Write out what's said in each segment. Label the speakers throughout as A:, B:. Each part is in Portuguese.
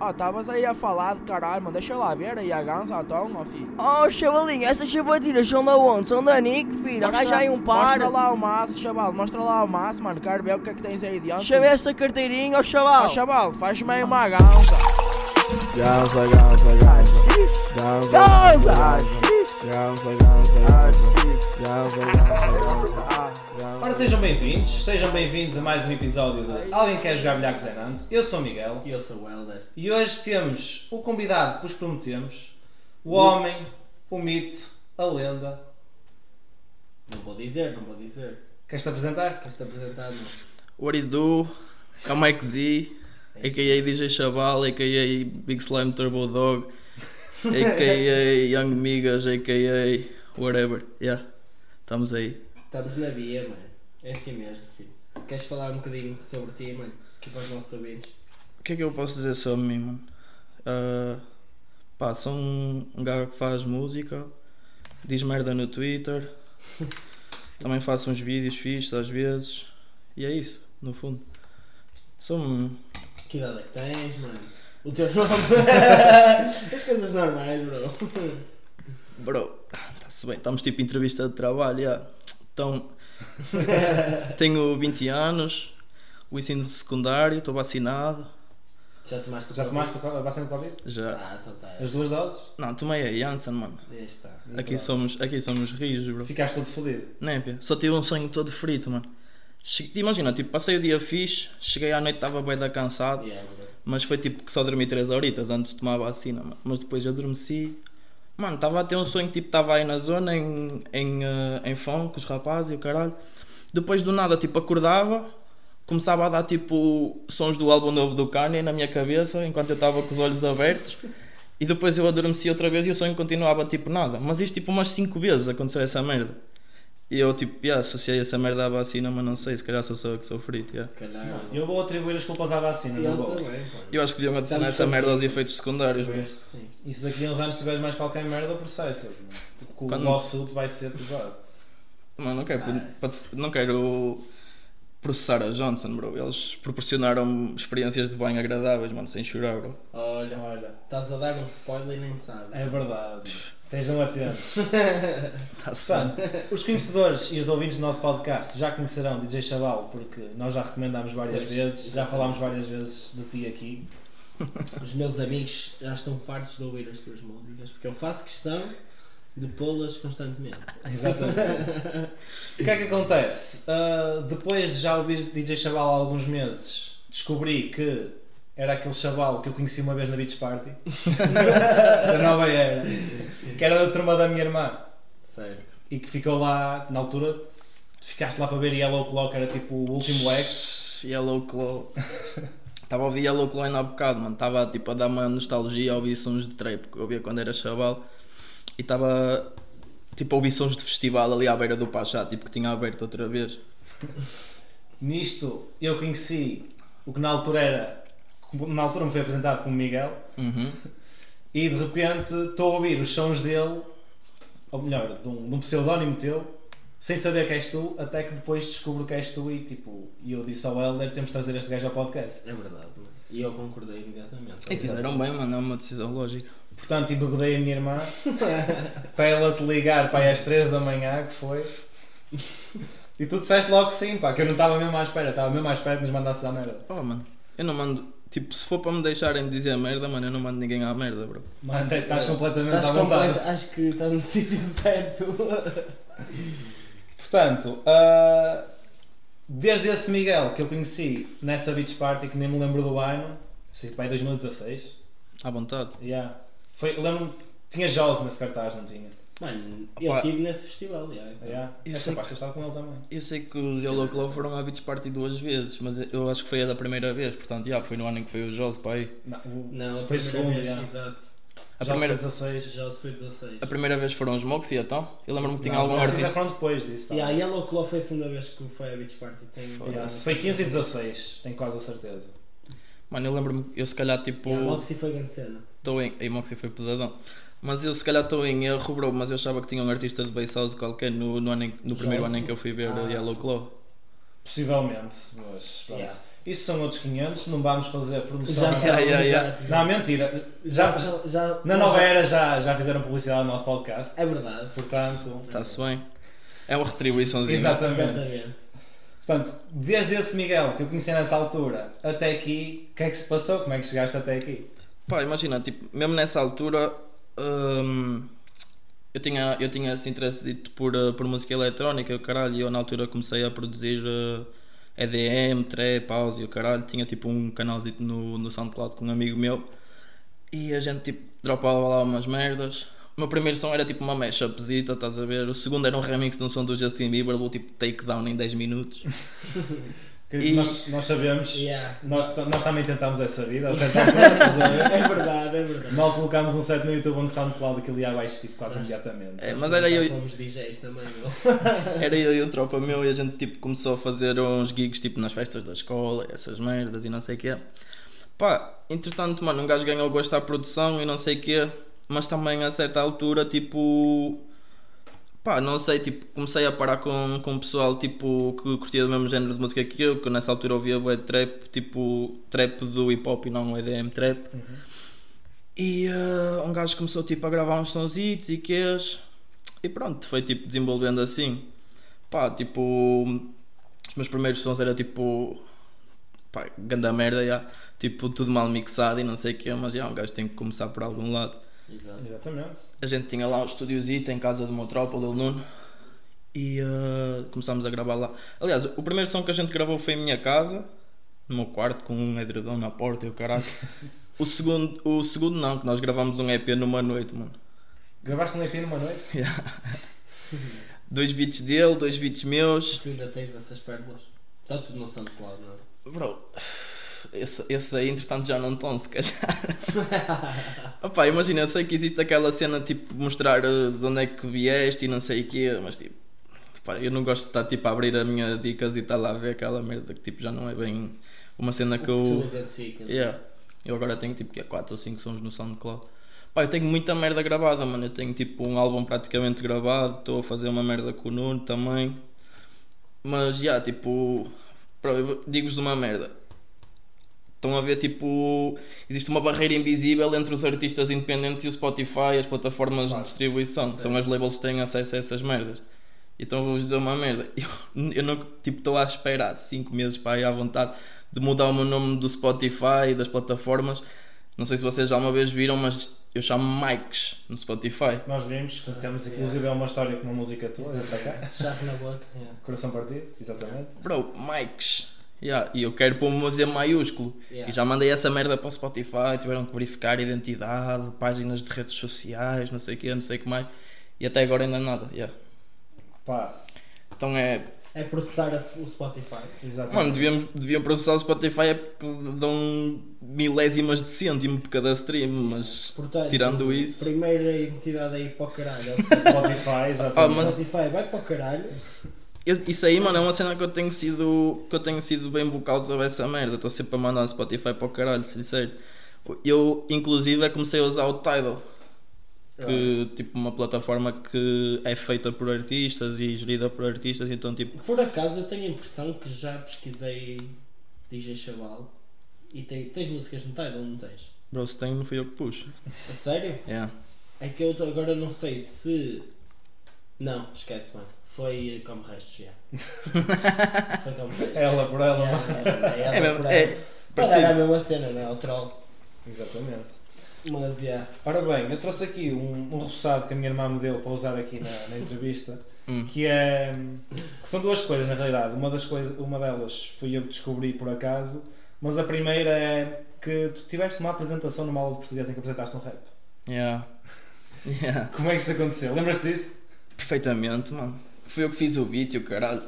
A: Ah, tavas aí a falar de caralho, mano. Deixa lá ver aí a gansa então, ó, filho.
B: Oh, chavalinho, essas chavadinhas são da onde? São da Nick, filho.
A: Mostra-
B: Arranja aí um par.
A: Mostra lá o maço, chaval. Mostra lá o maço, mano. Quero ver o que é que tens aí diante.
B: Deixa eu ver essa carteirinha, ó, chaval.
A: Ó, chaval, faz meio uma um gansa.
C: Ganza, ganza, ganza. Ganza,
B: Ganza!
C: Ganza, ganza, ganza. Ganza, ganza, ganza. Ganza.
D: Ora, sejam bem-vindos, sejam bem-vindos a mais um episódio de Alguém Quer Jogar Bilhar com Zé Nando? Eu sou o Miguel
E: E eu sou o Helder.
D: e hoje temos o convidado que vos prometemos, o homem, o mito, a lenda.
E: Não vou dizer, não vou dizer.
D: Queres-te apresentar?
E: Queres-te apresentar? não?
F: What it do? É o Mike Z, a.k.a. DJ Chaval, a.k.a. Big Slime Turbo Dog, a.k.a. Young Migas, a.k.a. whatever. Yeah, estamos aí.
E: Estamos na via, mano. É assim mesmo, filho. Queres falar um bocadinho sobre ti, mano? Aqui para os nossos ouvintes.
F: O que é que eu posso dizer sobre mim, mano? Ah, pá, sou um, um gajo que faz música, diz merda no Twitter, também faço uns vídeos fixos às vezes, e é isso, no fundo. Sou um.
E: Que idade é que tens, mano? O teu nome? As coisas normais, bro.
F: Bro, está-se bem, estamos tipo em entrevista de trabalho, yeah. Então, tenho 20 anos, o ensino secundário, estou vacinado,
E: Já tomaste o
D: Já
E: Covid?
D: tomaste a vacina de Covid?
F: já.
E: Ah, então tá.
D: As duas doses?
F: Não, tomei a Janssen, mano.
E: Aí está.
F: Aqui somos, aqui somos rios, bro.
D: Ficaste todo fodido.
F: Né, pia? só tive um sonho todo frito, mano. Che- Imagina, tipo, passei o dia fixe, cheguei à noite, estava bem da cansado,
E: Yeah, bro.
F: mas foi tipo que só dormi 3 horitas antes de tomar a vacina, mano. Mas depois adormeci. Mano, estava a ter um sonho, tipo, estava aí na zona, em, em, eh, em fome, com os rapazes e o caralho. Depois do nada, tipo, acordava, começava a dar, tipo, sons do álbum novo do Kanye na minha cabeça, enquanto eu estava com os olhos abertos. E depois eu adormeci outra vez e o sonho continuava, tipo, nada. Mas isto, tipo, umas 5 vezes aconteceu essa merda. E eu, tipo, yeah, associei essa merda à vacina, mas não sei, se calhar sou só eu que sou frito, yeah.
E: Se calhar. mano.
D: Eu vou atribuir as culpas à vacina,
E: Eu
D: não vou.
E: também, mano.
F: Eu acho que deviam
E: Estamos
F: adicionar essa
E: só
F: merda aos
E: frito.
F: efeitos secundários,
E: Eu
F: mano.
E: acho que sim.
D: E se daqui a uns anos tiveres mais qualquer merda, processas. mano. Porque o
F: Quando-
D: nosso luto vai ser pesado.
F: Mano, não quero,
E: Ah.
F: pode- não quero processar a Johnson, bro. Eles proporcionaram experiências de banho agradáveis, mano, sem chorar, bro.
E: Olha,
D: Olha,
E: estás a dar um spoiler e nem sabes.
D: é verdade. Estejam atentos.
F: Tá-se bem.
D: Portanto, os conhecedores e os ouvintes do nosso podcast já conhecerão DJ Chaval, porque nós já recomendámos várias
E: Pois,
D: vezes, já
E: exatamente.
D: falámos várias vezes de ti aqui.
E: Os meus amigos já estão fartos de ouvir as tuas músicas porque eu faço questão de pô-las constantemente.
D: Exatamente. o que é que acontece? Ah, depois de já ouvir DJ Chaval há alguns meses, descobri que era aquele Chaval que eu conheci uma vez na Beach Party, da Nova Era, que era da turma da minha irmã.
E: Certo.
D: e que ficou lá na altura. Ficaste lá para ver Yellow Clock, era tipo o último act.
F: Yellow Claw. Estava a ouvir Yellow Claw ainda há bocado, mano. Estava tipo, a dar uma nostalgia a ouvir sons de trap que eu ouvia quando era chaval. E estava tipo, a ouvir sons de festival ali à beira do Pachá, tipo, que tinha aberto outra vez.
D: Nisto eu conheci o que na altura era, na altura me foi apresentado como Miguel,
F: Uhum.
D: e de repente estou a ouvir os sons dele, ou melhor, de um, de um pseudónimo teu, sem saber que és tu, até que depois descubro que és tu e tipo, e eu disse ao Helder: temos de trazer este gajo ao podcast.
E: É verdade, mano. E eu concordei imediatamente.
F: E fizeram bem, mano. É uma decisão lógica.
D: Portanto, embebedei a minha irmã para ela te ligar para aí às 3 da manhã, que foi. E tu disseste logo que sim, pá, que eu não estava mesmo à espera, estava mesmo à espera que nos mandasses à merda.
F: Oh, mano. Eu não mando. Tipo, se for para me deixarem dizer merda, mano, eu não mando ninguém à merda, bro.
D: Manda, estás completamente
E: Estás
D: à vontade.
E: completo, acho que estás no sítio certo.
D: Portanto, ah, desde esse Miguel que eu conheci nessa Beach Party, que nem me lembro do ano, sei que vai 2016,
F: À vontade.
D: yeah. foi, eu lembro-me, tinha Jaws nesse cartaz, não tinha?
E: Mano, eu
F: Opa.
E: estive nesse festival, já, então.
D: Yeah. É
F: Eu sei
D: capaz de estar com ele também.
F: Eu sei que os Yellow Claw foram à Beach Party duas vezes, mas eu acho que foi a da primeira vez, portanto, já foi no ano em que foi o Jose, pá aí.
D: Não, o-
E: Não,
D: foi
E: foi
D: o segundo,
E: vez,
D: já.
E: exato.
F: A
D: Jaws foi
F: primeira,
D: 16.
E: Já se foi 16.
F: a primeira vez foram os Moxie, então? Eu lembro-me que tinha
D: Não,
F: algum
D: vocês já
F: artista.
D: foram depois disso. tá?
E: E a Yellow Claw foi a segunda vez que foi a Beach Party. Tem...
D: Yeah, Foi 15 e 16, tenho quase a certeza. é-
F: Mano, eu lembro-me, eu se calhar tipo.
E: Yeah, logo se foi grande cena.
F: Estou em. Ei, Moxie foi pesadão. Mas eu se calhar estou em erro, bro, mas eu achava que tinha um artista de bass house qualquer no, no, ano em- no primeiro ano em que eu fui ver o
E: Ah.
F: Yellow Claw.
D: Possivelmente, mas pronto.
E: Yeah.
D: Isso são outros 500, não vamos fazer promoção.
E: Já
F: Yeah, yeah, yeah.
D: Não, mentira. Já,
E: já, já-
D: na nova era já, já fizeram publicidade no nosso podcast.
E: É verdade.
D: Portanto,
F: Está-se bem. É uma retribuiçãozinha.
D: exatamente.
E: Exatamente.
D: Portanto, desde esse Miguel que eu conheci nessa altura até aqui, o que é que se passou? Como é que chegaste até aqui?
F: Pá, imagina, tipo, mesmo nessa altura hum, eu, tinha, eu tinha esse interesse dito por, eh, por música eletrónica e o caralho, e eu na altura comecei a produzir eh, EDM, trap, house e o caralho, tinha tipo um canalzito no, no SoundCloud com um amigo meu e a gente tipo dropava lá umas merdas. O meu primeiro som era tipo uma mashupzita, estás a ver? O segundo era um remix de um som do Justin Bieber, do tipo takedown em 10 minutos.
D: Que
F: E-
D: nós, nós sabemos,
E: Yeah.
D: nós, nós também tentámos essa vida, a certa altura, estás a ver?
E: É verdade, é verdade.
D: Mal colocámos um set no YouTube onde SoundCloud aquilo ia abaixo tipo, quase imediatamente.
F: É, mas era eu,
E: Fomos DJs também, meu.
F: Era eu e um tropa meu e a gente tipo começou a fazer uns gigs tipo nas festas da escola, essas merdas e não sei o quê. Pá, entretanto, mano, um gajo ganhou gosto à produção e não sei o quê, mas também a certa altura, tipo. Pá, não sei, tipo, comecei a parar com, com o pessoal tipo, que curtia o mesmo género de música que eu, que nessa altura ouvia bué de trap, tipo, trap do hip hop e não o EDM trap. E eh, um gajo começou tipo a gravar uns sonzitos e quês. E pronto, foi tipo desenvolvendo assim. Pá, tipo. Os meus primeiros sons era tipo. Pá, ganda merda, já. Tipo, tudo mal mixado e não sei o que, mas já, um gajo tem que começar por algum lado.
E: Exato.
D: Exatamente.
F: A gente tinha lá um estúdiozito em casa do meu tropa, o Lil Nuno. E eh, começámos a gravar lá. Aliás, o primeiro som que a gente gravou foi em minha casa, no meu quarto, com um edredom na porta e o caralho. O segundo, o segundo não, que nós gravámos um EP numa noite, mano.
D: Gravaste um EP numa noite?
F: Yeah. dois beats dele, dois beats meus.
E: Tu ainda tens essas pérolas? Está tudo no SoundCloud, não é?
F: Bro, esse, esse aí entretanto já não estão, se calhar. Opa, imagina, eu sei que existe aquela cena tipo mostrar eh, de onde é que vieste e não sei o quê, mas tipo. pá, eu não gosto de estar tipo a abrir a minha dicas e estar lá a ver aquela merda que tipo já não é bem uma cena que eu.
E: Tu identificas.
F: Yeah. Eu agora tenho tipo 4 ou 5 sons no SoundCloud. Pá, eu tenho muita merda gravada, mano. Eu tenho tipo um álbum praticamente gravado. Estou a fazer uma merda com o Nuno também. Mas já, tipo. pro- eu Digo-vos uma merda. Estão a ver tipo. Existe uma barreira invisível entre os artistas independentes e o Spotify, as plataformas de distribuição, que são as labels que têm acesso a essas merdas. Então vou-vos dizer uma merda. Eu, eu não tipo estou à espera há 5 meses para ir à vontade de mudar o meu nome do Spotify e das plataformas. Não sei se vocês já uma vez viram, mas eu chamo Mikes no Spotify.
D: Nós vimos, contamos inclusive é uma história com uma música tua, é para cá.
E: Chave na boca. Yeah.
D: Coração partido, exatamente.
F: Bro, Mikes. Yeah, e eu quero pôr o meu Z maiúsculo.
E: Yeah.
F: E já mandei essa merda para o Spotify, tiveram que verificar identidade, páginas de redes sociais, não sei o que, não sei o que mais. E até agora ainda nada. yeah.
D: Pá,
F: Então é.
E: É processar a- o Spotify.
D: exatamente.
F: Mano, deviam, deviam processar o Spotify é porque dão milésimas de cêntimo por cada stream, mas
E: Portanto,
F: tirando isso.
E: Primeira entidade aí para o caralho. é o
D: Spotify,
F: Ah,
D: exatamente.
F: mas-
E: Spotify vai para o caralho.
F: Eu- isso aí, mano, é uma cena que eu tenho sido, que eu tenho sido bem vocal sobre essa merda. Estou sempre a mandar o Spotify para o caralho, sincero. Eu, inclusive, é comecei a usar o Tidal, que tipo uma plataforma que é feita por artistas e gerida por artistas, então tipo.
E: Por acaso eu tenho a impressão que já pesquisei DJ Chaval e tem, tens músicas no Tidal, não tens?
F: Bro, se tenho, não fui eu que puxo.
E: A sério?
F: Yeah.
E: É que eu agora não sei se. Não, esquece, mano. Foi eh, como restos, já. Foi como restos.
D: Ela por ela, mano.
E: É,
F: É, mesmo,
E: é,
F: é
E: Mas era a
F: parecido.
E: mesma cena, não é? O troll.
D: Exatamente.
E: Mas, já.
D: Ora bem, eu trouxe aqui um, um roçado que a minha irmã me deu para usar aqui na, na entrevista,
F: Hum.
D: que é que são duas coisas na realidade. Uma, das coisas, uma delas fui eu que descobri por acaso, mas a primeira é que tu tiveste uma apresentação numa aula de português em que apresentaste um rap.
F: Yeah. Yeah.
D: Como é que isso aconteceu? Lembras-te disso?
F: Perfeitamente, mano. Fui eu que fiz o beat e o caralho.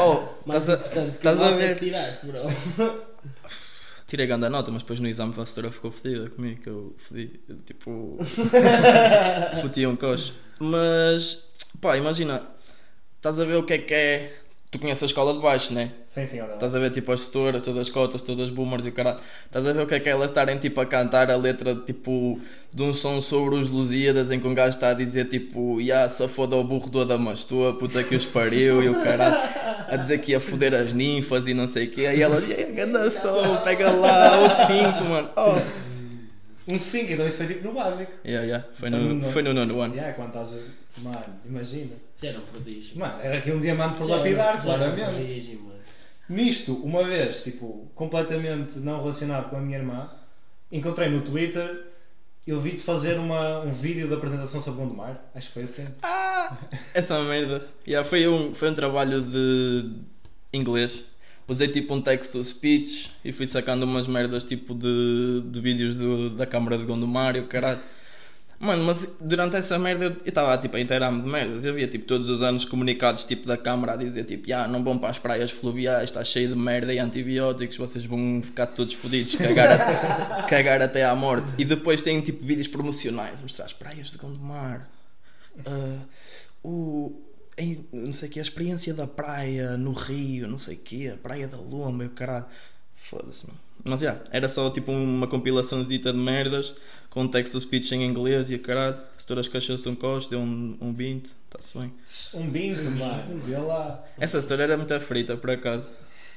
F: oh,
E: Mas,
F: estás a.
E: portanto, que
F: estás a
E: nota
F: ver?
E: que tiraste, bro?
F: Tirei grande a nota, mas depois no exame para a assessora ficou fodida comigo, que eu fodi, tipo, fodi um coche. Mas, pá, imagina, estás a ver o que é que é tu Tu conheces a escola de baixo, né?
D: Sim, senhora.
F: Estás a ver tipo as setoras, todas as cotas, todas as boomers e o caralho. Estás a ver o que é que é elas estarem tipo a cantar a letra tipo de um som sobre os Lusíadas em que um gajo está a dizer tipo Ya, safoda o burro do Adamastua, puta que os pariu e o caralho. A dizer que ia foder as ninfas e não sei o quê. E elas, "Yeah, ganda som, pega lá o 5, mano. Oh.
D: Um 5, então isso foi tipo no básico.
F: Yeah, yeah. Foi, Tá no, foi no nono ano.
D: Yeah, quando estás a... Mano, imagina.
E: Já era um prodígio.
D: Mano, era aqui um diamante por
E: Já era-
D: lapidar,
E: já era um
D: claramente.
E: prodígio, mano.
D: Nisto, uma vez, tipo, completamente não relacionado com a minha irmã, encontrei no Twitter, eu vi-te fazer uma, um vídeo da apresentação sobre o Mar, acho que foi assim.
F: Essa merda. Yeah, foi, um, foi um trabalho de inglês. Usei tipo um text-to-speech e fui sacando umas merdas tipo de, de vídeos do- da Câmara de Gondomar e o caralho. Mano, mas durante essa merda eu estava tipo a inteirar-me de merdas. Eu via tipo todos os anos comunicados tipo da Câmara a dizer tipo, ah, não vão para as praias fluviais, está cheio de merda e antibióticos, vocês vão ficar todos fodidos, cagar, a- cagar até à morte. E depois tem tipo vídeos promocionais, mostrar as praias de Gondomar. ah, o em- não sei o que, a experiência da praia no Rio, não sei o que, a praia da Lomba e o caralho. Foda-se, mano. Mas já, era só tipo uma compilaçãozita de merdas, com um texto speech em inglês e o caralho. Se todas as caixas são costas, deu um, um 20, está-se bem.
D: Um binto, mano, vê lá.
F: Essa história era muito frita, por acaso.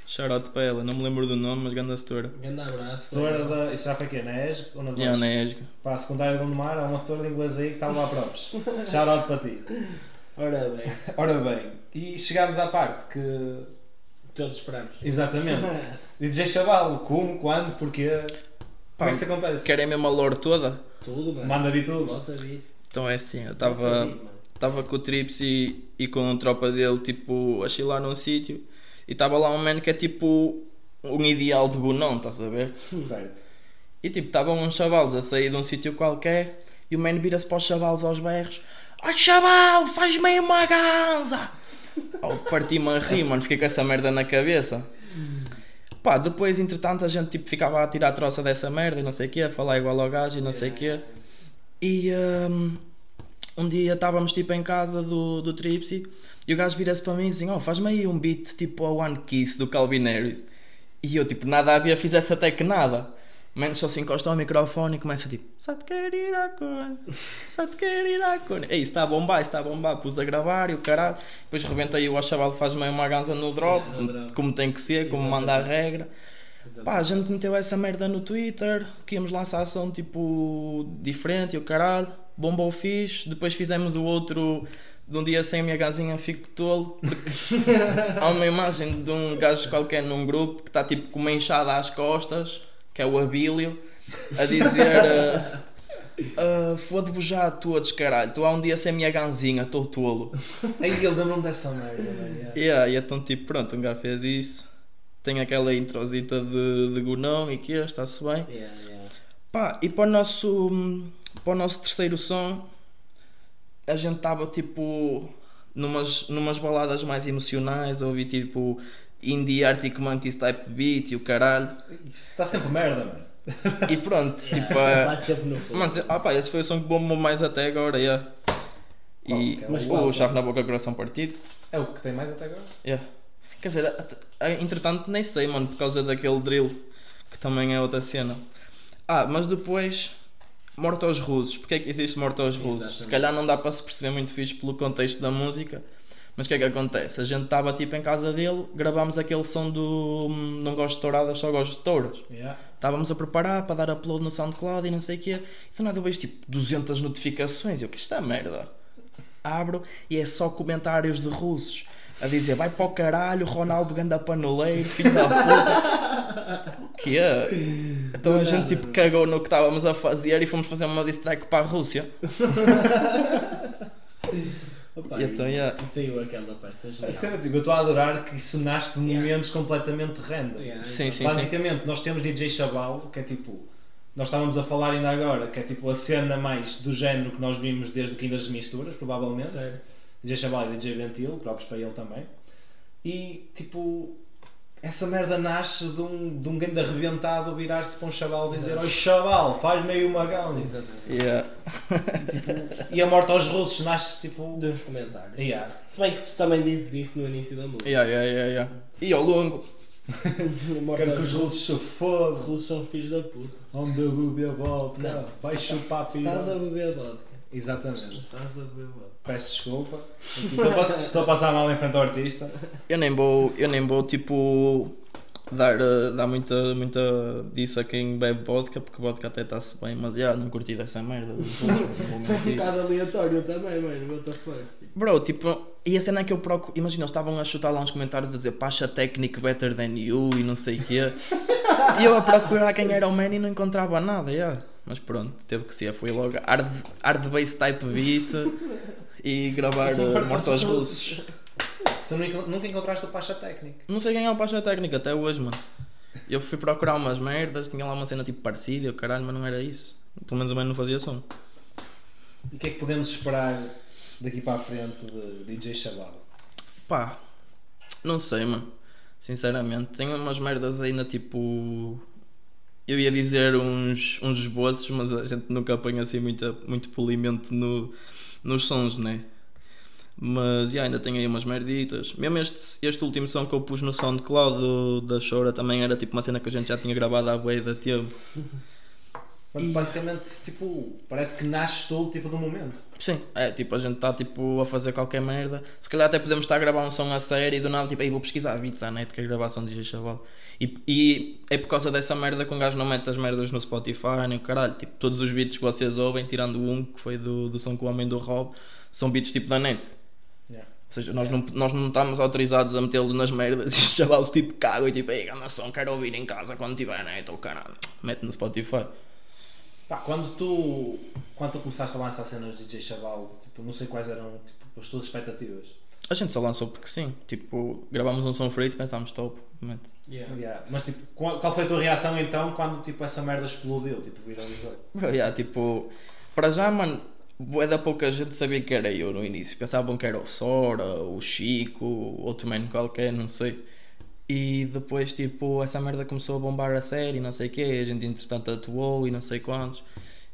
F: Shoutout para ela, não me lembro do nome, mas grande história.
E: Grande abraço.
D: Setora da. Isso já foi aqui, na ESG ou na
F: Yeah,
D: Dois?
F: na ESGA.
D: Para a secundária de Gondomar, há uma setora de inglês aí que estava lá próprios. Shout para ti.
E: Ora bem,
D: Ora bem, e chegámos à parte que.
E: todos esperamos.
D: Exatamente. DJ Chavalo, como, quando, porquê? Como é que isso acontece?
F: Querem mesmo a lore toda?
E: Tudo, mano.
D: Manda vir tudo.
E: Volta a vir.
F: Então é assim, eu
E: Volta a
F: estava.
E: vir, mano.
F: Estava com o Trips e, e com a tropa dele, tipo, a chilar num sítio. E estava lá um man que é tipo um ideal de Gunão, estás a ver?
D: Certo.
F: E tipo, estavam uns chavalos a sair de um sítio qualquer e o man vira-se para os chavalos aos berros: Ai chaval, faz-me uma ganza! Oh, parti-me a rir, mano, fiquei com essa merda na cabeça. Pá, depois, entretanto, a gente tipo, ficava a tirar a troça dessa merda e não sei o quê, a falar igual ao gajo e não sei o quê. E hum, um dia estávamos tipo em casa do, do Tripsy e o gajo vira-se para mim e assim: Oh, faz-me aí um beat tipo a One Kiss do Calvin Harris. E eu, tipo, nada havia, fizesse até que nada. Menos só se encosta ao microfone e começa tipo: Só te quero ir à cone, só te quero ir à cone. Ei, está a bombar, está a bombar. Pus a gravar e o caralho. Depois rebentei o Achaval faz-me aí uma ganza no drop,
E: Yeah, É, no
F: como,
E: drop.
F: como tem que ser, como manda a regra.
E: Exato.
F: Pá, a gente meteu essa merda no Twitter, que íamos lançar ação tipo diferente e o caralho, bombou fixe, depois fizemos o outro de um dia sem a minha gazinha fico tolo, porque há uma imagem de um gajo qualquer num grupo que está tipo com uma enxada às costas, que é o Abílio, a dizer eh, eh, fode-vos já a todos caralho, tu há um dia sem a minha ganzinha, estou tolo.
D: Aí eu lembro-me um dessa merda, velho. yeah.
F: Yeah, e então tipo, pronto, um gajo fez isso, tem aquela introsita de, de Gunão e que é, está-se bem.
E: Yeah, yeah.
F: Pá, e para o nosso, para o nosso terceiro som, a gente estava tipo numas, numas baladas mais emocionais, a ouvir tipo indie Arctic Monkeys type beat e o caralho.
D: Isto está sempre merda, mano.
F: E pronto, tipo.
E: Bate sempre no
F: eh,
E: fogo.
F: Mas, ah pá, esse foi o som que bombou mais até agora, yeah. E
D: Qual? Mas
F: o
D: qual?
F: chave na boca, coração partido.
D: É o que tem mais até agora.
F: Yeah. Quer dizer, at- a- entretanto nem sei, mano, por causa daquele drill, que também é outra cena. Ah, mas depois, Morte aos Rusos. Porquê é que existe Morte aos Rusos? Se calhar não dá para se perceber muito fixe pelo contexto da música, mas o que é que acontece? A gente estava tipo em casa dele, gravámos aquele som do hum, Não Gosto de Touradas, Só Gosto de Touras.
D: Yeah.
F: Estávamos a preparar para dar upload no SoundCloud e não sei o quê. E do nada eu vejo tipo 200 notificações. Eu, que esta merda? Abro e é só comentários de russos a dizer vai para o caralho, Ronaldo ganda panoleiro, filho da puta. que é? Então a gente tipo cagou no que estávamos a fazer e fomos fazer uma distrack para a Rússia.
E: Opa,
F: E então, yeah.
E: e saiu aquela peça
D: A
E: genial.
D: cena, tipo, eu estou a adorar que isso nasce de momentos completamente random.
E: Yeah,
F: Sim, sim, sim.
D: Basicamente, nós temos DJ Chabal, que é tipo. Nós estávamos a falar ainda agora, que é tipo a cena mais do género que nós vimos desde o Quinto das Remisturas, provavelmente.
E: Certo.
D: DJ Chabal e DJ Ventil, próprios para ele também. E tipo. Essa merda nasce de um, de um grande arrebentado virar-se para um chaval e dizer: Oi, chaval, faz-me aí uma gauna.
E: Exatamente.
F: Yeah.
D: E a morte aos russos nasce tipo.
E: Dos comentários.
D: Yeah.
E: Se bem que tu também dizes isso no início da música.
F: Yeah, yeah, yeah, yeah. E ao longo.
E: Morta
D: Quero que
E: aos
D: os russos se
E: Os
D: fodam.
E: russos são filhos da puta.
D: Onde a bebê boca,
E: Não.
D: vai chupar a
E: Estás a
D: pila.
E: beber vodka.
D: Exatamente.
E: Estás a beber vodka.
D: Peço desculpa. Estou a- Estou a passar mal em frente ao artista.
F: Eu nem vou, eu nem vou tipo dar, eh, dar muita, muita disso a quem bebe vodka, porque vodka até está-se bem, mas já não curti dessa merda. não vou- não vou
E: Foi um
F: mentir.
E: bocado aleatório também, mano. What the fuck?
F: Bro, tipo, e a cena é que eu procuro. Imagina, eles estavam a chutar lá uns comentários a dizer Pacha Technic better than you e não sei o quê. e eu a procurar quem era o man e não encontrava nada, yeah. Mas pronto, teve que ser. Foi logo hard, hard bass type beat e gravar eh, Morto aos Russos.
D: Tu nunca nunca encontraste o Pacha Técnico.
F: Não sei quem é o Pacha Técnica até hoje, mano. Eu fui procurar umas merdas, tinha lá uma cena tipo parecida, eu, caralho, mas não era isso. Pelo menos o man não fazia som.
D: E o que é que podemos esperar daqui para a frente de DJ Chaval?
F: Pá, não sei, mano. Sinceramente, tenho umas merdas ainda tipo. Eu ia dizer uns, uns esboços, mas a gente nunca apanha assim muita, muito polimento no, nos sons, né? Mas yeah, ainda tenho aí umas merditas. Mesmo este, este último som que eu pus no SoundCloud do, da Chora também era tipo uma cena que a gente já tinha gravado há bué da tempo.
D: Portanto, Basicamente, se, tipo, parece que nasces todo tipo do momento.
F: Sim, é tipo, a gente está tipo a fazer qualquer merda. Se calhar até podemos estar a gravar um som a sério e do nada tipo, aí vou pesquisar beats à net, quero gravar som de DJ Chaval. E, e é por causa dessa merda que um gajo não mete as merdas no Spotify, nem o caralho. Tipo, todos os beats que vocês ouvem, tirando um que foi do, do som com o Homem do Rob, são beats tipo da net.
D: Yeah.
F: Ou seja, nós não, nós não estamos autorizados a metê-los nas merdas e os chavalos tipo cagam e tipo, ei, grande som, quero ouvir em casa quando tiver net, ou caralho, mete no Spotify.
D: Pá, quando tu, quando tu começaste a lançar cenas de DJ Chaval, tipo, não sei quais eram tipo, as tuas expectativas.
F: A gente só lançou porque sim, tipo, gravámos um som free e pensámos, top, mete.
E: Yeah.
D: Yeah. Mas tipo, qual qual foi a tua reação então quando tipo, essa merda explodiu, tipo, viralizou?
F: Bro, yeah, tipo, para já, mano, bué da pouca gente sabia que era eu no início. Pensavam que era o Sora, o Chico, outro man qualquer, não sei. E depois, tipo, essa merda começou a bombar a série, e não sei o quê. A gente, entretanto, atuou e não sei quantos.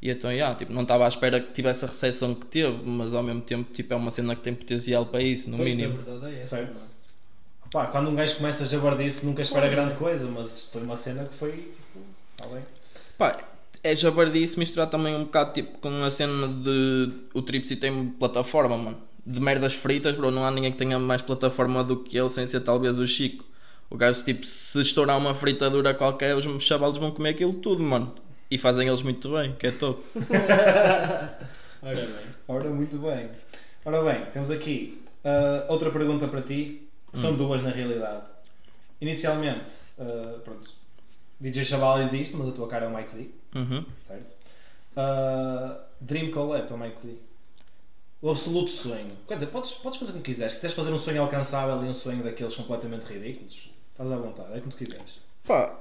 F: E então, yeah, tipo, não estava à espera que tivesse a recepção que teve, mas ao mesmo tempo, tipo, é uma cena que tem potencial para isso, no
E: Pois, a
F: mínimo.
E: verdade é essa,
D: Certo.
E: mano.
D: Pá, quando um gajo começa a jabardice nunca espera grande coisa, mas isto foi uma cena que foi, tipo, tá bem.
F: Pá, é jabardice misturar também um bocado tipo com a cena de o Tripsy tem plataforma, mano. De merdas fritas, bro, não há ninguém que tenha mais plataforma do que ele, sem ser talvez o Chico. O gajo, tipo, se estourar uma fritadura qualquer, os chavalos vão comer aquilo tudo, mano. E fazem eles muito bem, que é top.
E: Ora bem.
D: Ora, muito bem. Ora bem, temos aqui ah, outra pergunta para ti. São
E: Hum.
D: duas na realidade. Inicialmente, ah, pronto, DJ Chaval existe, mas a tua cara é o Mike Z,
F: Uhum.
D: certo? Ah, Dream Collab para o Mike Z. O absoluto sonho. Quer dizer, podes, podes fazer como quiseres. Se quiseres fazer um sonho alcançável e um sonho daqueles completamente ridículos, estás à vontade, é como tu quiseres.
F: Pá,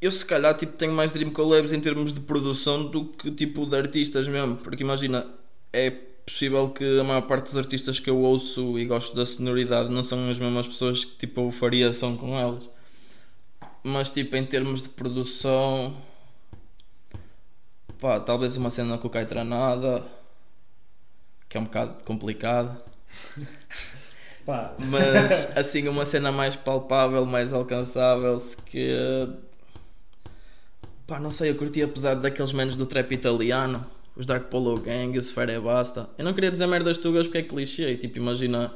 F: eu se calhar tipo, tenho mais Dream Collabs em termos de produção do que tipo de artistas mesmo, porque imagina, é possível que a maior parte dos artistas que eu ouço e gosto da sonoridade não são as mesmas pessoas que tipo, eu faria som com elas. Mas tipo, em termos de produção, pá, talvez uma cena com o Caetranada, que é um bocado complicado.
D: Pá,
F: Mas assim, uma cena mais palpável, mais alcançável, se que. Pá, não sei, eu curti apesar daqueles menos do trap italiano, os Dark Polo Gang, os Fera é Basta. Eu não queria dizer merdas tugas porque é clichê, tipo, imagina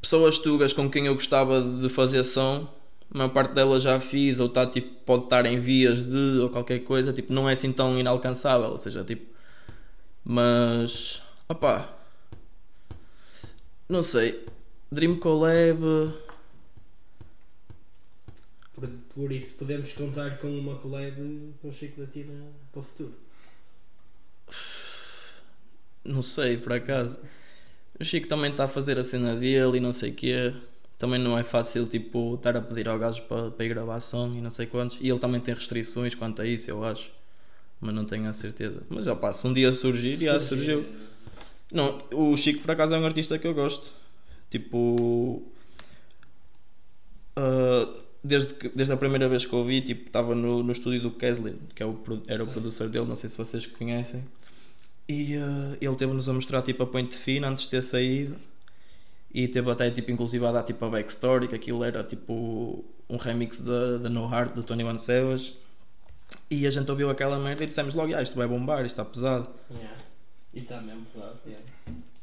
F: pessoas tugas com quem eu gostava de fazer som, a maior parte delas já fiz, ou tá, tipo, pode estar em vias de, ou qualquer coisa, tipo, não é assim tão inalcançável, ou seja, tipo. Mas. opá. Não sei. Dream Collab.
E: Por, por isso podemos contar com uma collab com o Chico da Tina para o futuro.
F: Não sei, por acaso. O Chico também está a fazer a cena dele e não sei o quê. Também não é fácil, tipo, estar a pedir ao gajo para, para ir gravar som e não sei quantos. E ele também tem restrições quanto a isso, eu acho. Mas não tenho a certeza. Mas já passa, um dia surgir, já surgiu. Não, o Chico por acaso é um artista que eu gosto. Tipo. ah, desde, que- desde a primeira vez que ouvi, tipo, estava no, no estúdio do Kesley, que é o pro- era o produtor dele, não sei se vocês conhecem. E ah, ele teve-nos a mostrar tipo a Point Fina antes de ter saído. E teve até tipo, inclusive a dar tipo a backstory, que aquilo era tipo um remix da da No Heart do Tony One Savage. E a gente ouviu aquela merda e dissemos logo, ah, isto vai bombar, isto está pesado.
E: Yeah. E está mesmo pesado. Yeah.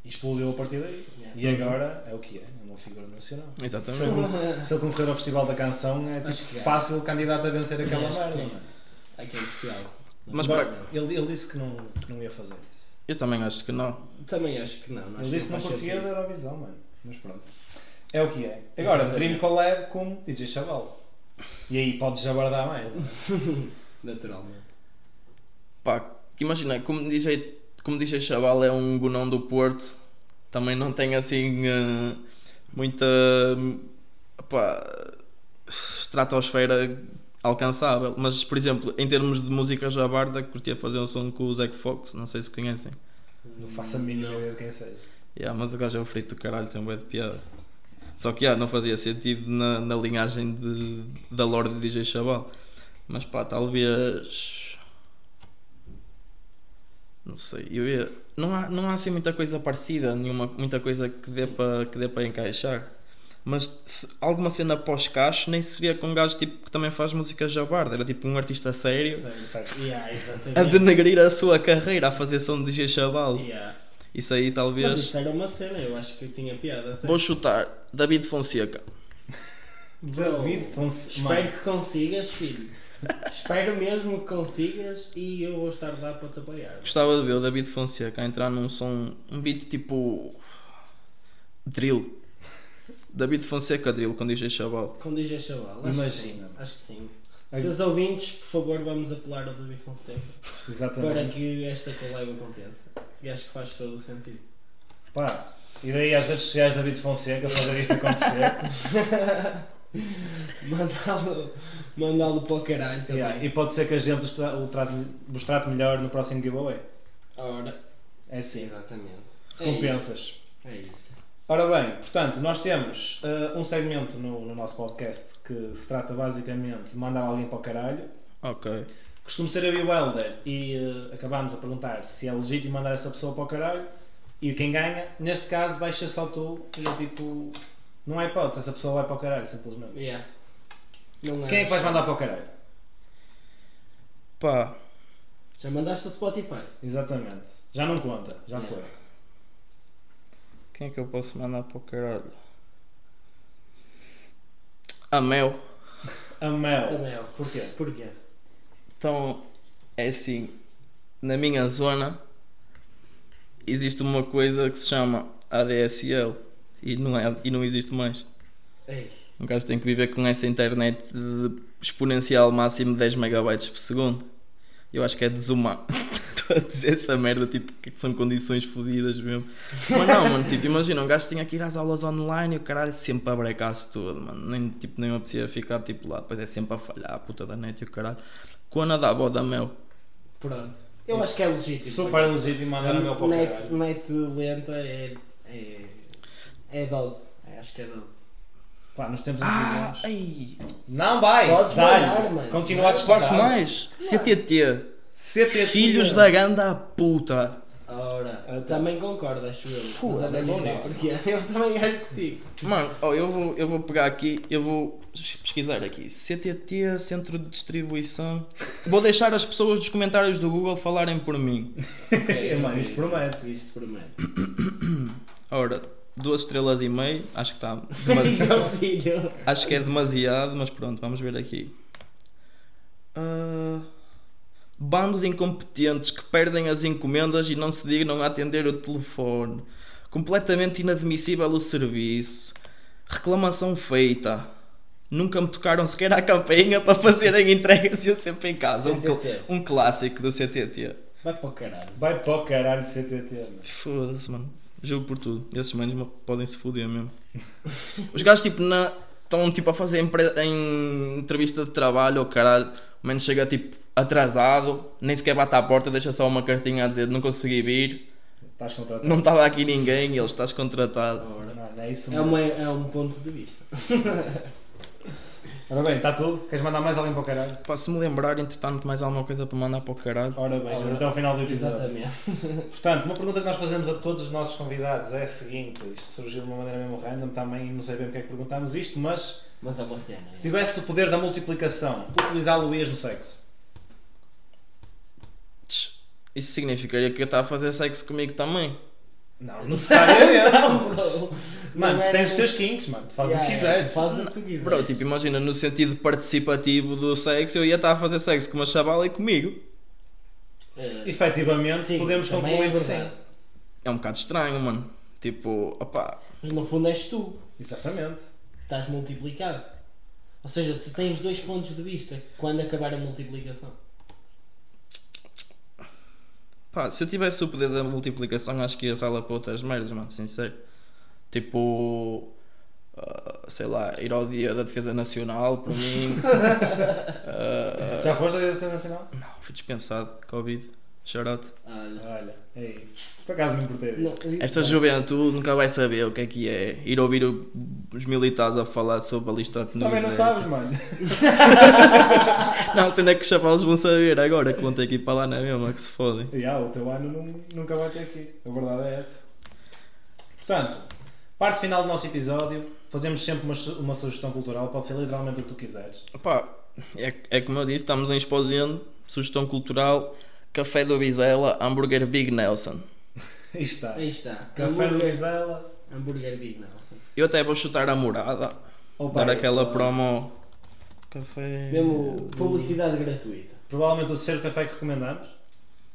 D: E explodiu a partir daí.
E: Yeah.
D: E agora é o que é, é uma figura nacional. Se ele,
F: Exatamente.
D: con- se ele concorrer ao Festival da Canção, é tipo,
E: Acho que é.
D: fácil candidato a vencer aquela
E: Acho que
D: merda.
E: sim.
D: não é?
E: Aqui em Portugal.
F: Mas
D: Bom,
F: para-
D: ele, ele disse que não, que não ia fazer isso.
F: Eu também acho que não.
E: Também acho que não. acho
D: Ele disse que não
E: faz
D: curtia da
E: sentido.
D: Eurovisão, mano. Mas pronto. É o que é. Agora, Dream
E: Exatamente.
D: Collab com DJ Chaval. E aí podes abordar mais. não é?
E: Naturalmente.
F: Pá, imagina, como DJ, como DJ Chaval é um gunão do Porto, também não tem assim eh, muita pá, estratosfera alcançável. Mas, por exemplo, em termos de música jabarda, curtia fazer um som com o Zac Fox, não sei se conhecem.
D: Não faço a mínima ideia de quem seja.
F: Yeah, mas o gajo é o frito do caralho, tem um bué de piada. Só que yeah, não fazia sentido na, na linhagem de, da lore de DJ Chaval. Mas pá, talvez. Não sei, eu ia. Não há, não há assim muita coisa parecida, nenhuma, muita coisa que dê para que dê para encaixar. Mas se- alguma cena pós-cacho nem seria com um gajo tipo, que também faz música jabarda, era tipo um artista sério
E: Sério. Yeah,
F: a
E: exatamente.
F: denegrir a sua carreira, a fazer som de DJ Chaval.
E: Yeah.
F: Isso aí talvez.
E: Mas isto era uma cena, eu acho que tinha piada. Até.
F: Vou chutar David Fonseca.
E: Bro,
D: David Fonseca.
E: Então, Espero
D: Mano,
E: que consigas, filho. Espero mesmo que consigas e eu vou estar lá para te apoiar.
F: Gostava de ver o David Fonseca a entrar num som, um beat tipo. drill. David Fonseca drill com DJ Chaval.
E: Com DJ Chaval, acho
D: Imagina.
E: Que sim, acho que sim.
D: Ai.
E: Seus ouvintes, por favor, vamos apelar ao David Fonseca para
D: Exatamente.
E: que esta colega aconteça. E acho que faz todo o sentido.
D: Pá, e daí às redes sociais da David Fonseca fazer isto acontecer.
E: Mandá-lo mandá-lo para o caralho também.
D: Yeah, E pode ser que a gente os tra- o trate, vos trate melhor no próximo giveaway.
E: Ora,
D: É assim.
E: exatamente.
D: Recompensas.
E: É isto.
D: Ora bem, portanto, nós temos eh, um segmento no, no nosso podcast que se trata basicamente de mandar alguém para o caralho.
F: Ok.
D: Costumo ser eu e o Helder e eh, acabámos a perguntar se é legítimo mandar essa pessoa para o caralho e quem ganha, neste caso, vai ser só tu e é tipo. Não há hipótese, essa pessoa vai para o caralho, simplesmente.
E: Yeah. Não
D: Quem é que vais mandar para o caralho?
F: Pá,
E: Já mandaste o Spotify.
D: Exatamente. Já não conta, já
E: Não.
D: foi.
F: quem é que eu posso mandar para o caralho? A Mel.
D: A Mel.
E: Daniel,
D: Porquê?
E: Porquê?
F: Então, é assim, na minha zona existe uma coisa que se chama ADSL e não, é, e não existe mais.
E: Ei,
F: Um gajo tem que viver com essa internet de exponencial máximo 10 megabytes por segundo. Eu acho que é desumar. Estou a dizer essa merda, tipo, que são condições fodidas mesmo. Mas não, mano, tipo, imagina, um gajo tinha que ir às aulas online e o caralho é sempre a brecar-se tudo, mano. Nem, tipo, nem me apetecia ficar, tipo, lá. Depois é sempre a falhar, a puta da net e o caralho. Quando a da boda mel.
E: pronto. Eu acho que é legítimo.
D: Super legítimo mandar a Mel para o
E: Net,
D: caralho.
E: net lenta é, é. é dose. É, acho que é dose.
D: Pá, nos tempos
F: Ah,
D: antigos.
F: ai!
D: Não vai!
E: Podes
D: Dá-lhe!
E: mandar, mano.
D: Continua a
F: Posso
D: disparar.
F: mais? CTT.
D: CTT.
F: Filhos
D: É,
F: da ganda puta.
E: Ora,
D: Ah, tá.
E: também concordo, acho eu.
D: Fua,
E: mas é eu
D: bom
E: não sei
D: isso.
E: porquê. Eu também acho que sim.
F: Mano, ó, eu, vou, eu vou pegar aqui, eu vou pesquisar aqui. CTT, Centro de Distribuição. Vou deixar as pessoas dos comentários do Google falarem por mim.
E: Ok,
D: Mano,
E: ok.
D: isso é, promete.
E: Isto promete.
F: Ora, duas estrelas e meio, acho que tá está.
E: Meu filho.
F: Acho que é demasiado, mas pronto, vamos ver aqui. Ah, bando de incompetentes que perdem as encomendas e não se dignam a atender o telefone. Completamente inadmissível o serviço. Reclamação feita. Nunca me tocaram sequer à campainha para fazerem entregas e eu sempre em casa. Um, cl-
E: CTT.
F: um clássico do CTT.
E: Vai para o caralho.
D: Vai para o caralho, CTT. mano.
F: Foda-se, mano. Juro por tudo. Esses manos mo- podem se foder mesmo. Os gajos, tipo, na. Estão tipo a fazer empre- em entrevista de trabalho, ou caralho, o menos chega tipo atrasado, nem sequer bate à porta, deixa só uma cartinha a dizer não consegui vir,
D: Estás contratado.
F: não estava aqui ninguém, e eles estás contratado.
E: Ora.
D: Mano, é isso
E: É,
D: mesmo.
E: uma, é um ponto de vista.
D: Ora bem, está tudo? Queres mandar mais alguém para o caralho?
F: Pá, se me lembrar, entretanto, mais alguma coisa para mandar para o caralho.
D: Ora bem, estamos até ao final do episódio.
E: Exatamente.
D: Portanto, uma pergunta que nós fazemos a todos os nossos convidados é a seguinte: isto surgiu de uma maneira mesmo random também, não sei bem porque é que perguntámos isto, mas
E: Mas é uma cena.
D: se tivesse o poder da multiplicação, utilizá-lo-ias no sexo?
F: Tch, Isso significaria que eu estava a fazer sexo comigo também.
D: Não, necessariamente.
E: bro.
D: Mano,
E: Não
D: tu
E: era
D: tens os
E: um-
D: teus kinks, mano, tu fazes o que
E: Yeah,
D: quiseres.
E: Faz o que tu quiseres.
F: Bro, tipo, imagina, no sentido participativo do sexo, eu ia estar a fazer sexo com uma chavala e comigo.
E: É.
D: Efetivamente,
E: Sim,
D: podemos
E: também
D: concluir
E: é
D: que
E: verdade.
D: sim.
F: É um bocado estranho, mano. Tipo, opá,
E: Mas no fundo és tu
D: Exatamente.
E: que estás multiplicado. Ou seja, tu tens dois pontos de vista quando acabar a multiplicação.
F: Pá, se eu tivesse o poder da multiplicação, acho que ia usá-la para outras merdas, mano, sincero. Tipo, ah, sei lá, ir ao dia da defesa nacional, para mim.
E: Eh,
F: Ah,
D: Já foste à Direção Nacional?
F: não, fui dispensado, Covid, charote.
E: Olha.
D: Olha, é isso. Por acaso me importei.
E: Não,
F: Esta juventude nunca vai saber o que é que é ir ouvir o- os militares a falar sobre a lista de
D: Também não
F: nomes, é
D: sabes, mano.
F: essa. Não, sendo é que os chavalos vão saber agora, que vão ter que ir para lá na mesma, que se fodem.
D: E ah, o teu ano nun- nunca vai ter aqui. A verdade é essa. Portanto, parte final do nosso episódio. Fazemos sempre uma, su- uma sugestão cultural. Pode ser literalmente o que tu quiseres.
F: Pá, é, é como eu disse, estamos em Esposende, sugestão cultural, café do Bizela, hambúrguer Big Nelson.
D: Aí está.
E: Aí está.
D: Café de
E: Hambúrguer,
D: Luizela.
E: hambúrguer Big Nelson.
F: Eu até vou chutar a morada,
D: Ou
F: dar
D: pai,
F: aquela
E: pá.
F: promo. Café.
E: Mesmo publicidade gratuita.
D: Provavelmente o terceiro café que recomendamos.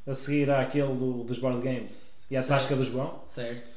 D: A seguir há aquele do- dos board games. E a
E: Sim.
D: tasca do João.
E: Certo?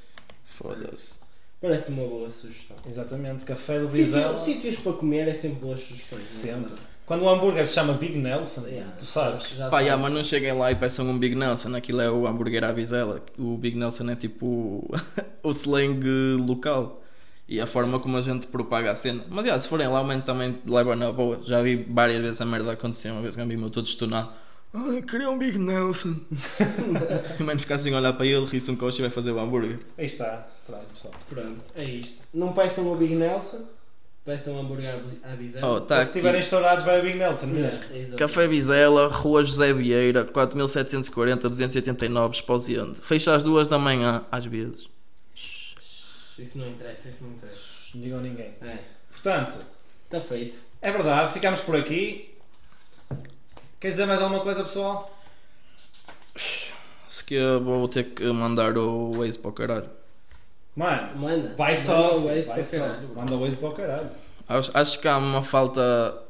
F: Foda-se.
E: Parece uma boa sugestão.
D: Exatamente. Café de
E: Sítio-
D: Luizela.
E: Sítios para comer é sempre boas sugestões.
D: Sempre. Quando o hambúrguer se chama Big Nelson,
E: Yeah,
D: tu sabes.
E: Já
F: Pá, já,
E: sabes.
F: mas não cheguem lá e peçam um Big Nelson, aquilo é o hambúrguer à Bizela. O Big Nelson é tipo o- o slang local e a forma como a gente propaga a cena. Mas já, se forem lá, o man também leva na boa. Já vi várias vezes a merda acontecer, uma vez que um amigo meu todo estonado. Ai, queria um Big Nelson. e o man fica assim a olhar para ele, ri-se um coxo e vai fazer o hambúrguer.
D: Aí está. Pronto, pessoal.
E: Pronto, é isto. Não peçam o Big Nelson, peçam o hambúrguer à Bizarra.
F: Oh, tá
D: Ou se estiverem
F: aqui.
D: estourados, vai o Big Nelson é? mesmo.
E: Exato.
F: Café Bizela, Rua José Vieira, 4740-289, Esposiende. Fecha às duas da manhã, às vezes.
E: Isso não interessa, isso não interessa.
D: Não digam a ninguém.
E: É,
D: Portanto,
E: está feito.
D: é verdade, ficámos por aqui. Queres dizer mais alguma coisa, pessoal?
F: Se que eu vou ter que mandar o Waze para o caralho.
D: Mano,
E: Manda.
D: vai
E: Manda
D: só.
E: o Waze
D: Vai
E: para
D: só.
E: caralho.
D: Manda o Waze para o caralho.
F: Acho, acho que há uma falta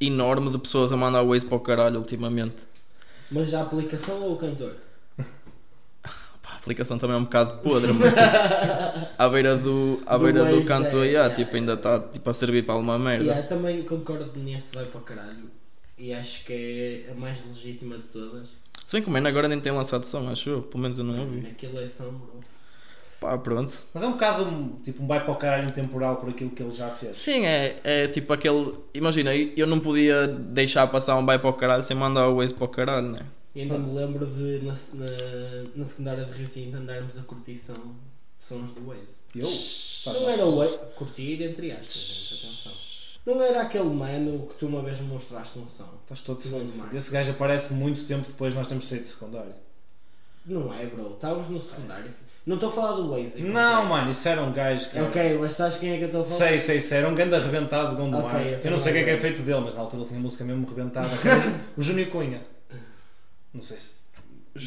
F: enorme de pessoas a mandar o Waze para o caralho ultimamente.
E: Mas a aplicação ou o cantor?
F: Pá, a aplicação também é um bocado podre, mas tipo, à beira do, à
E: Do
F: beira do
E: Waze,
F: canto
E: é,
F: aí,
E: é,
F: tipo,
E: é.
F: ainda está tipo, a servir para alguma merda.
E: Yeah, também concordo nisso, vai para o caralho. E acho que é a mais legítima de todas.
F: Se bem que o Man agora nem tem lançado som, acho eu. Pelo menos eu não ouvi.
E: Aquilo é São Bruno.
F: Pá, pronto.
D: Mas é um bocado um- tipo um vai para o caralho intemporal por aquilo que ele já fez.
F: Sim, é, é tipo aquele. Imagina, eu não podia deixar passar um bye para o caralho sem mandar o Waze para o caralho, né?
E: E ainda me lembro de na, na, na secundária de Rio Tinto andarmos a curtir são, sons do Waze.
D: Eu?
F: Tá
D: Pá,
E: Não era o Waze. Curtir entre aspas, gente, atenção. Não era aquele mano que tu uma vez me mostraste um som.
D: Estás todo
E: Sim,
D: sempre.
E: mano.
D: Esse gajo aparece muito tempo depois, nós temos saído de secundário.
E: Não é, bro. Estávamos no secundário. Não estou a falar do Waze. em
D: Não,
E: concreto.
D: mano, isso era um gajo que.
E: Ok, mas sabes quem é que eu estou a falar?
D: Sei, sei, sei, era um grande arrebentado de Gondomar.
E: Ok, eu
D: eu não sei o que é que é
E: também.
D: feito dele, mas na altura ele tinha música mesmo arrebentada. que era o Júnior Cunha. Não sei se.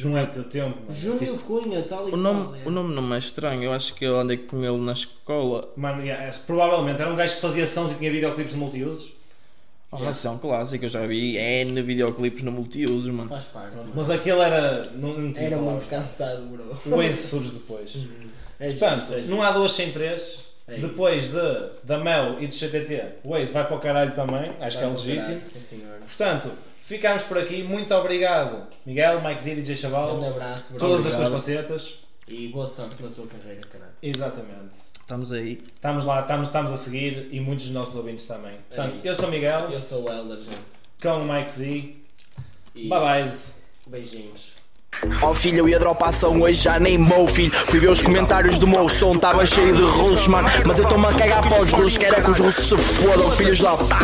D: Não é o teu tempo, mas. tipo,
E: Júnior Cunha, tal e
F: O
E: qual,
F: nome,
E: é.
F: o nome não é estranho, eu acho que eu andei com ele na escola.
D: Mano, yeah, é- provavelmente era um gajo que fazia sons e tinha videoclipes de multiusos,
F: Oh, mas são clássicos, eu já vi N videoclipes no multiuso, mano.
E: Faz parte. mano.
D: mas aquele era. Não, não tinha
E: Uhum. Era muito
D: palavras.
E: cansado, bro.
D: O Ace surge depois.
E: É justo,
D: Portanto,
E: é justo.
D: não há duas sem três.
E: É isso.
D: Depois de, da Mel e do CTT, o Ace vai para o caralho também, acho que é
E: Vai para o caralho,
D: legítimo.
E: Sim, senhora.
D: Portanto, ficámos por aqui. Muito obrigado, Miguel, Mike Z, DJ Chaval.
E: Um abraço, bro.
D: Então, Todas as tuas
F: Obrigado.
D: facetas.
E: E boa sorte na tua carreira, caralho.
D: Exatamente.
F: Estamos aí.
D: Estamos lá, estamos, estamos a seguir e muitos dos nossos ouvintes também. Portanto, eu sou o Miguel,
E: É Eu sou o Elder, gente.
D: com o Mike Z.
E: E
D: Bye bye.
E: beijinhos.
G: Ó filho, eu ia dropar ação hoje, já nem mou, filho. Fui ver os comentários do meu som, tava cheio de russos, mano. Mas eu tô-me a cagar para os russos, quero é que os russos se fodam, filhos da puta.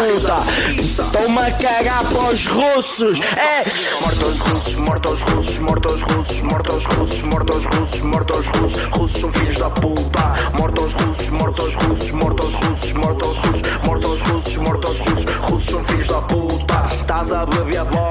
G: Tô-me a cagar para os russos, é! Mortos russos, mortos russos, mortos russos, mortos russos, mortos russos, mortos russos, russos são filhos da puta. Mortos russos, mortos russos, mortos russos, mortos russos, mortos russos, mortos russos, russos são filhos da puta. Estás a beber bola. é